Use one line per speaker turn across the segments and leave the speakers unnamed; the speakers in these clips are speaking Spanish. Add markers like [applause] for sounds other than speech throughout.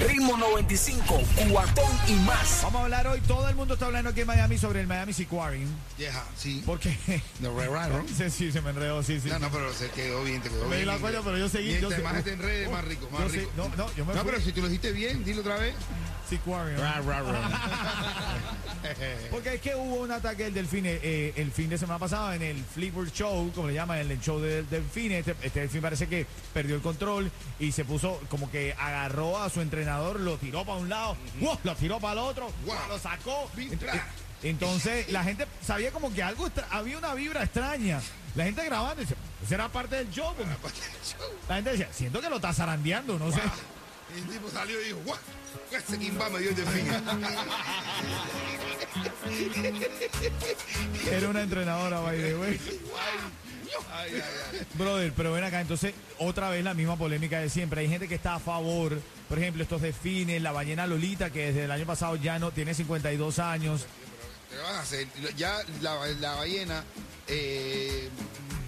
Ritmo 95, cuatón y más.
Vamos a hablar hoy, todo el mundo está hablando aquí en Miami sobre el Miami Seaquarium.
Yeah, sí.
Porque
[laughs] No, re raro.
[laughs] sí, sí, se me enredó, sí, sí.
No, no, pero se quedó bien, te quedó
me di
bien.
la cuenta, pero yo seguí. yo
Mientras
seguí-
más te enredes, más rico, más
yo
rico.
sé- no, no, yo me
No,
fui.
pero si tú lo dijiste bien, dilo
[laughs]
otra vez.
Seaquarium.
Ra, ra, ra.
[laughs] Porque es que hubo un ataque del delfines eh, el fin de semana pasado en el Flipper Show, como le llaman, en el show del delfín. Este, este delfín parece que perdió el control y se puso como que agarró a su entrenador, lo tiró para un lado, ¡guau! lo tiró para el otro,
Guau.
lo sacó.
Vi-
Ent- eh, Entonces la gente sabía como que algo extra- había una vibra extraña. La gente grabando, dice, será parte del show. porque La gente decía, siento que lo está zarandeando, no sé.
Y el tipo salió y dijo, ¡guau! Ese quimba me dio este el delfín.
Era una entrenadora, by the way.
Ay, ay, ay.
Brother, pero ven acá, entonces otra vez la misma polémica de siempre. Hay gente que está a favor, por ejemplo, estos defines, la ballena Lolita, que desde el año pasado ya no tiene 52 años.
¿Qué vas a hacer? Ya la, la ballena eh,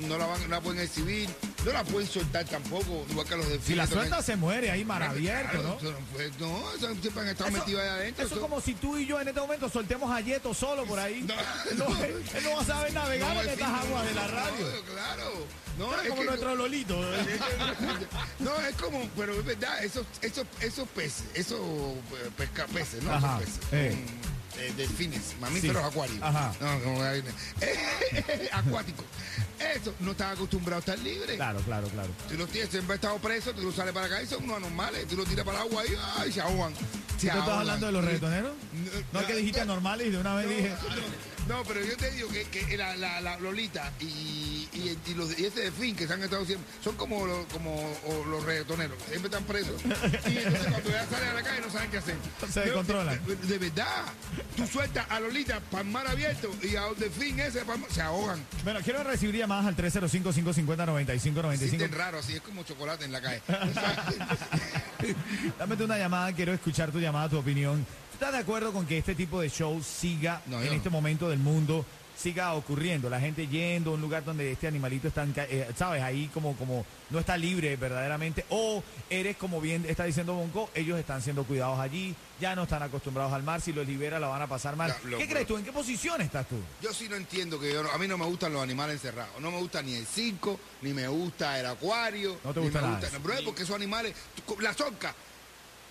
no, la van, no la pueden exhibir, no la pueden soltar tampoco, igual que los delfines.
Si la
también.
suelta se muere ahí mar abierto,
Claro,
¿no?
eso puede- No, eso siempre han estado
Eso,
metidos ahí adentro.
eso es
eso-
como si tú y yo en este momento soltemos a Yeto solo por ahí.
No,
él, no,
no.
él no va a saber navegar
No,
en
es
estas
que-
aguas de la radio.
No, claro. No,
Era
es
como
que-
nuestro Lolito.
[laughs] No, es como, pero es verdad, esos, esos, esos peces, esos eh, pesca peces, ¿no?
Ajá,
esos peces.
eh.
mm, eh, delfines, mamíferos
Sí,
acuários.
ajá.
No, no, eh, eh, [laughs] acuáticos. Eso no están acostumbrados a estar libres.
Claro, claro, claro.
Tú los tienes, siempre han estado presos, tú los sales para acá y son unos anormales. Tú los tiras para el agua y ay, se ahogan.
¿Tú estás hablando de los reggaetoneros?
No,
No, es que dijiste normales y de una vez dije...
No, no, pero yo te digo que, que la, la- la Lolita y, y, y los, y ese Delfín que se han estado siempre, son como, los- como o los reggaetoneros, siempre están presos. Y entonces cuando ya salen a la calle no saben qué hacer.
[laughs] Se
Yo-
descontrolan.
De, de verdad, tú sueltas a Lolita para mar abierto y a Delfín ese pa'l mar- se ahogan.
Bueno, quiero recibir llamadas al 305-550-9595.
Sienten raro, así es como chocolate en la calle.
[laughs] Dame tú una llamada, quiero escuchar tu llamada, tu opinión. ¿Estás de acuerdo con que este tipo de show siga
No, yo
en
no.
este momento del mundo, siga ocurriendo? La gente yendo a un lugar donde este animalito está, enca- eh, ¿sabes? Ahí como, como no está libre verdaderamente. O eres como bien está diciendo Bonco, ellos están siendo cuidados allí, ya no están acostumbrados al mar, si los libera la van a pasar mal.
Ya, lo-
¿Qué crees tú? ¿En qué posición estás
[laughs]
tú?
Yo sí no entiendo que yo no- a mí no me gustan los animales encerrados. No me gusta ni el circo, ni me gusta el acuario.
No te
ni
gusta
me
nada
gusta-
de eso.
Brother, porque esos animales, tú co- las orcas,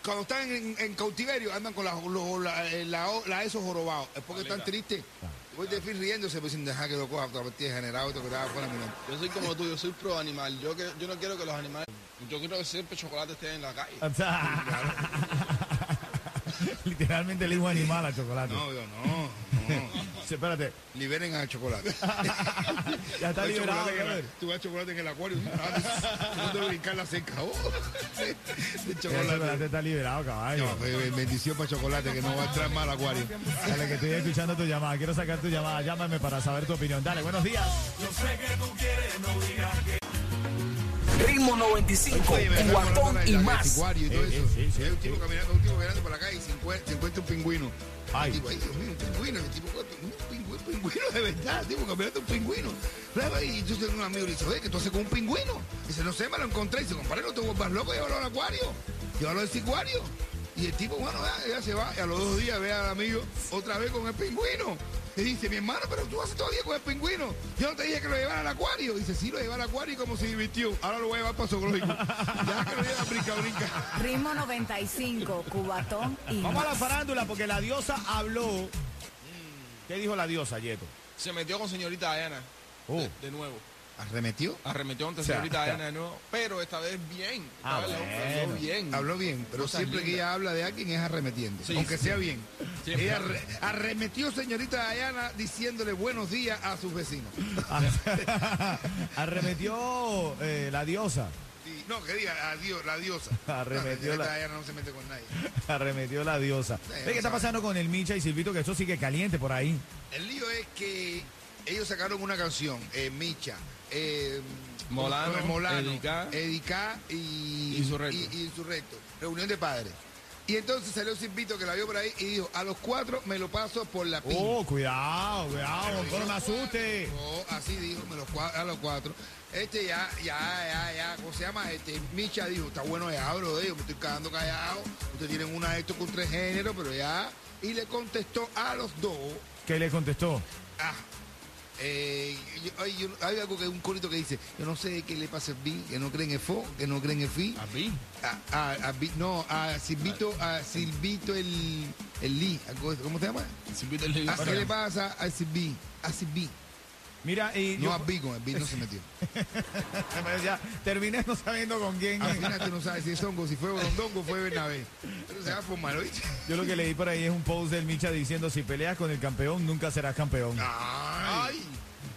cuando están en, en cautiverio, andan con la, lo- la, eh, la o- la- esos jorobados. Es porque están tristes.
Ah.
Voy a decir riéndose, pues sin dejar que lo coja, otra vez generado, te quedaba fuera mirando.
Yo soy como tú, yo soy pro animal. Yo, que, yo no quiero que los animales. Yo quiero que siempre chocolate esté en la calle.
O sea, [laughs] Literalmente le digo animal al chocolate.
No, yo no,
[laughs]
no.
Sí, Espérate,
Liberen al chocolate.
ya está
Tú ves
liberado.
chocolate en el-
brother.
Tú ves chocolate en el acuario. Ah, No te brincar la cerca. Oh, [laughs] de
El chocolate
chocolate.
este está liberado, caballo.
No, eh, bendición para chocolate que no va a entrar mal al acuario.
Dale, que estoy escuchando tu llamada. Quiero sacar tu llamada. Llámame para saber tu opinión. Dale, buenos días.
Ritmo 95,
Oye, me estaba
cuatón
acordando de
y
la- del
más.
anticuario y todo
Eh, eh,
eso.
sí, sí,
Hay un tipo
sí.
caminando, un tipo caminando por acá y se encuentra, se encuentra un pingüino.
Ay.
El tipo, ay, Dios mío, un pingüino. El tipo, un pingüino, un pingüino de verdad, tipo caminando un pingüino. Claro, Y yo tengo un amigo y le dice, oye, ¿qué tú haces con un pingüino? Dice, no sé, me lo encontré. Y dice, compadre, no te vuelvas loco, llévalo al acuario. Llévalo al sicuario. Y el tipo, bueno, ya, ya se va. Y a los dos días ve al amigo otra vez con el pingüino. Y dice, mi hermano, pero tú haces todavía con el pingüino. Yo no te dije que lo llevara al acuario. dice, sí, lo llevé al acuario y como se divirtió. Ahora lo voy a llevar para zoológico. ya que lo lleva a brinca, brinca.
Ritmo 95, Cubatón y
Vamos a la
más.
farándula porque la diosa habló. ¿Qué dijo la diosa, Yeto?
Se metió con señorita Diana.
Oh.
De, de nuevo.
¿Arremetió?
Arremetió ante
O sea,
señorita
o sea.
Diana de nuevo. Pero esta vez bien. Esta
Ah,
vez la-
bueno.
habló bien.
Habló bien, pero
Cosas
siempre que
lindas.
ella habla de alguien es arremetiendo,
Sí,
aunque
sí.
sea bien.
Siempre.
Ella arre- arremetió señorita Dayana diciéndole buenos días a sus vecinos.
[laughs] Arremetió eh, la diosa.
Y- no, que diga adiós, la diosa.
[laughs] Arremetió
No, señorita
la-
Dayana no se mete con nadie.
Arremetió la diosa. Ve qué está pasando con el Micha y Silvito? Que eso sigue caliente por ahí.
El lío es que ellos sacaron una canción, eh, Micha, eh,
Molano,
Molano,
Edicá.
Edicá y,
Insurrecto.
y- y Insurrecto. Reunión de padres. Y entonces salió Silvito que la vio por ahí y dijo, a los cuatro me lo paso por la piña.
Oh, cuidado, cuidado, Bonco, no me asuste.
No, así dijo, me los cua- a los cuatro. Este ya, ya, ya, ya, ¿cómo se llama? Este, Micha dijo, está bueno ya, bro, de me estoy quedando callado. Ustedes tienen una de estos con tres géneros, pero ya. Y le contestó a los dos,
¿Qué le contestó?
ah, eh, yo- ay, yo- hay algo que un corito que dice, yo no sé qué le pasa a B, que no creen en FO, que no creen en FI.
A mí.
A, a, a B- no, a Silvito, a Silvito el, el Lee, algo de- ¿cómo se llama?
Silvito el Lee.
¿A qué le pasa a Silvi? A Silvi.
Mira, y
No
yo-
a B, con el B no se metió.
Pero ya terminé no sabiendo con quién.
Al final tú no sabes si es hongo, si fue Borondongo, fue Bernabé. Pero se va a formar, ¿oíste?
Yo lo que leí por ahí es un post del Micha diciendo si peleas con el campeón nunca serás campeón.
Ay.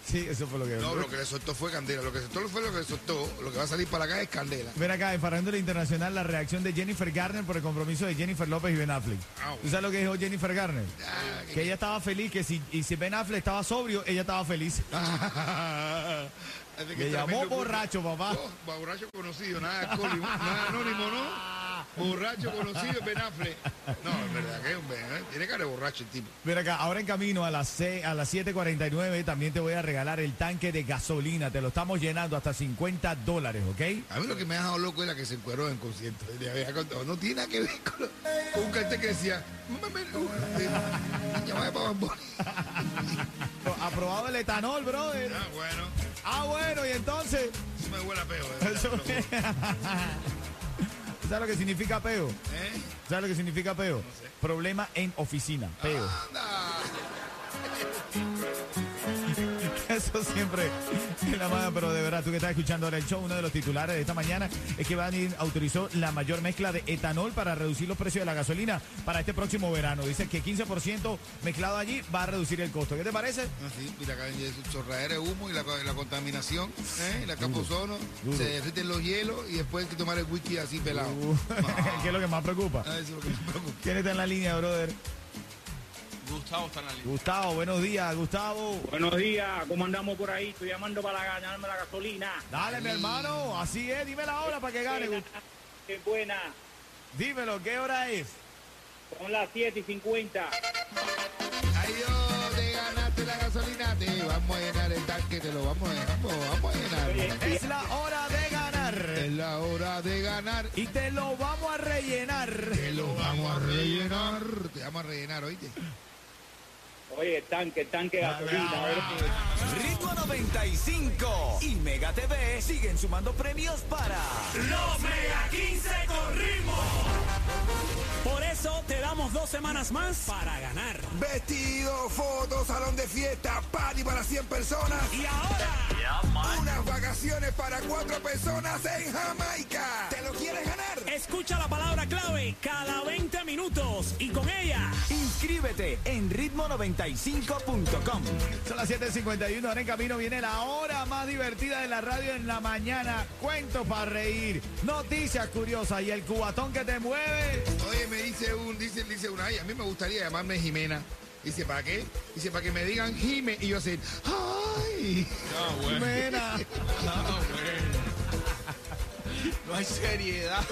Sí, eso fue lo que
Ah. No, lo que le soltó fue Candela. Lo que soltó fue lo que le soltó. Lo que va a salir para acá es Candela.
Ver acá, en Farándula Internacional, la reacción de Jennifer Garner por el compromiso de Jennifer López y Ben Affleck.
Ah, bueno.
¿Tú sabes lo que dijo Jennifer Garner?
Ah,
Que ella estaba feliz, que si, y si Ben Affleck estaba sobrio, ella estaba
[laughs]
feliz.
Así que
Le llamó
tremendo
borracho,
culpa.
papá.
Oh, borracho conocido, nada alcohólico, nada anónimo, ¿no? Borracho conocido, Benafle. No, es verdad que hombre, ¿eh? tiene cara de borracho el tipo.
Ver acá, ahora en camino a las, se- a las 7.49 también te voy a regalar el tanque de gasolina. Te lo estamos llenando hasta 50 dólares, ¿ok?
A mí lo que me ha dejado loco era que se encueró en concierto. Le había contado, No tiene nada que ver con, lo- con un cartel que decía, "Mamá, me- uh, niña, vaya para Bad Bunny".
Aprobado el etanol, brother.
Ah, bueno,
Ah, bueno, y entonces...
eso me huele a peo. eh. de verdad,
Eso
loco.
me- ¿Sabes lo que significa peo?
¿Eh?
¿Sabes lo que significa peo? Problema en oficina, peo.
Ah. Anda.
[laughs] Eso siempre es la mala, pero de verdad, tú que estás escuchando ahora el show, uno de los titulares de esta mañana es que Banin autorizó la mayor mezcla de etanol para reducir los precios de la gasolina para este próximo verano. Dice que 15% mezclado allí va a reducir el costo. ¿Qué te parece?
Así, mira, acá hay su chorradera de humo y la, la contaminación, ¿eh? la capa ozono,
duro. Uh.
se derriten los hielos y después hay que tomar el whisky así pelado.
[laughs] ¿Qué es lo que más preocupa?
Ah, eso es lo que me preocupa.
¿Quién está en la línea, brother?
Gustavo está en la línea.
Gustavo, buenos días, Gustavo.
Buenos días, ¿cómo andamos por ahí? Estoy llamando para ganarme la gasolina.
Dale, mi hermano, así es, dime la hora para que gane. Gu-
Qué buena,
Dímelo, ¿qué hora es?
son las 7 y 50.
Adiós, te ganaste la gasolina, te vamos a llenar el tanque, te lo vamos a llenar, vamos, vamos a llenar.
Es la hora de ganar.
Es la hora de ganar,
Y te lo vamos a rellenar.
te lo vamos a rellenar, te vamos a rellenar, oíste.
Oye, el tanque, el tanque de gasolina.
Ritmo 95 y Mega TV siguen sumando premios para
Los Mega 15 con ritmo. Por eso te damos dos semanas más para ganar.
Vestido, fotos, salón de fiesta, party para 100 personas.
Y ahora,
Unas vacaciones para cuatro personas en Jamaica. ¿Te lo quieres ganar?
escucha la palabra clave cada 20 minutos y con ella
Inscríbete en ritmo95.com.
Son las 7.51, ahora en camino viene la hora más divertida de la radio en la mañana. Cuentos para reír, noticias curiosas y el cubatón que te mueve.
Oye, me dice un, dice, dice una, ay, a mí me gustaría llamarme Jimena. Dice, ¿para qué? Dice, para que me digan Jime y yo así, ay.
No, bueno.
Mena.
[laughs]
No, bueno. No hay seriedad.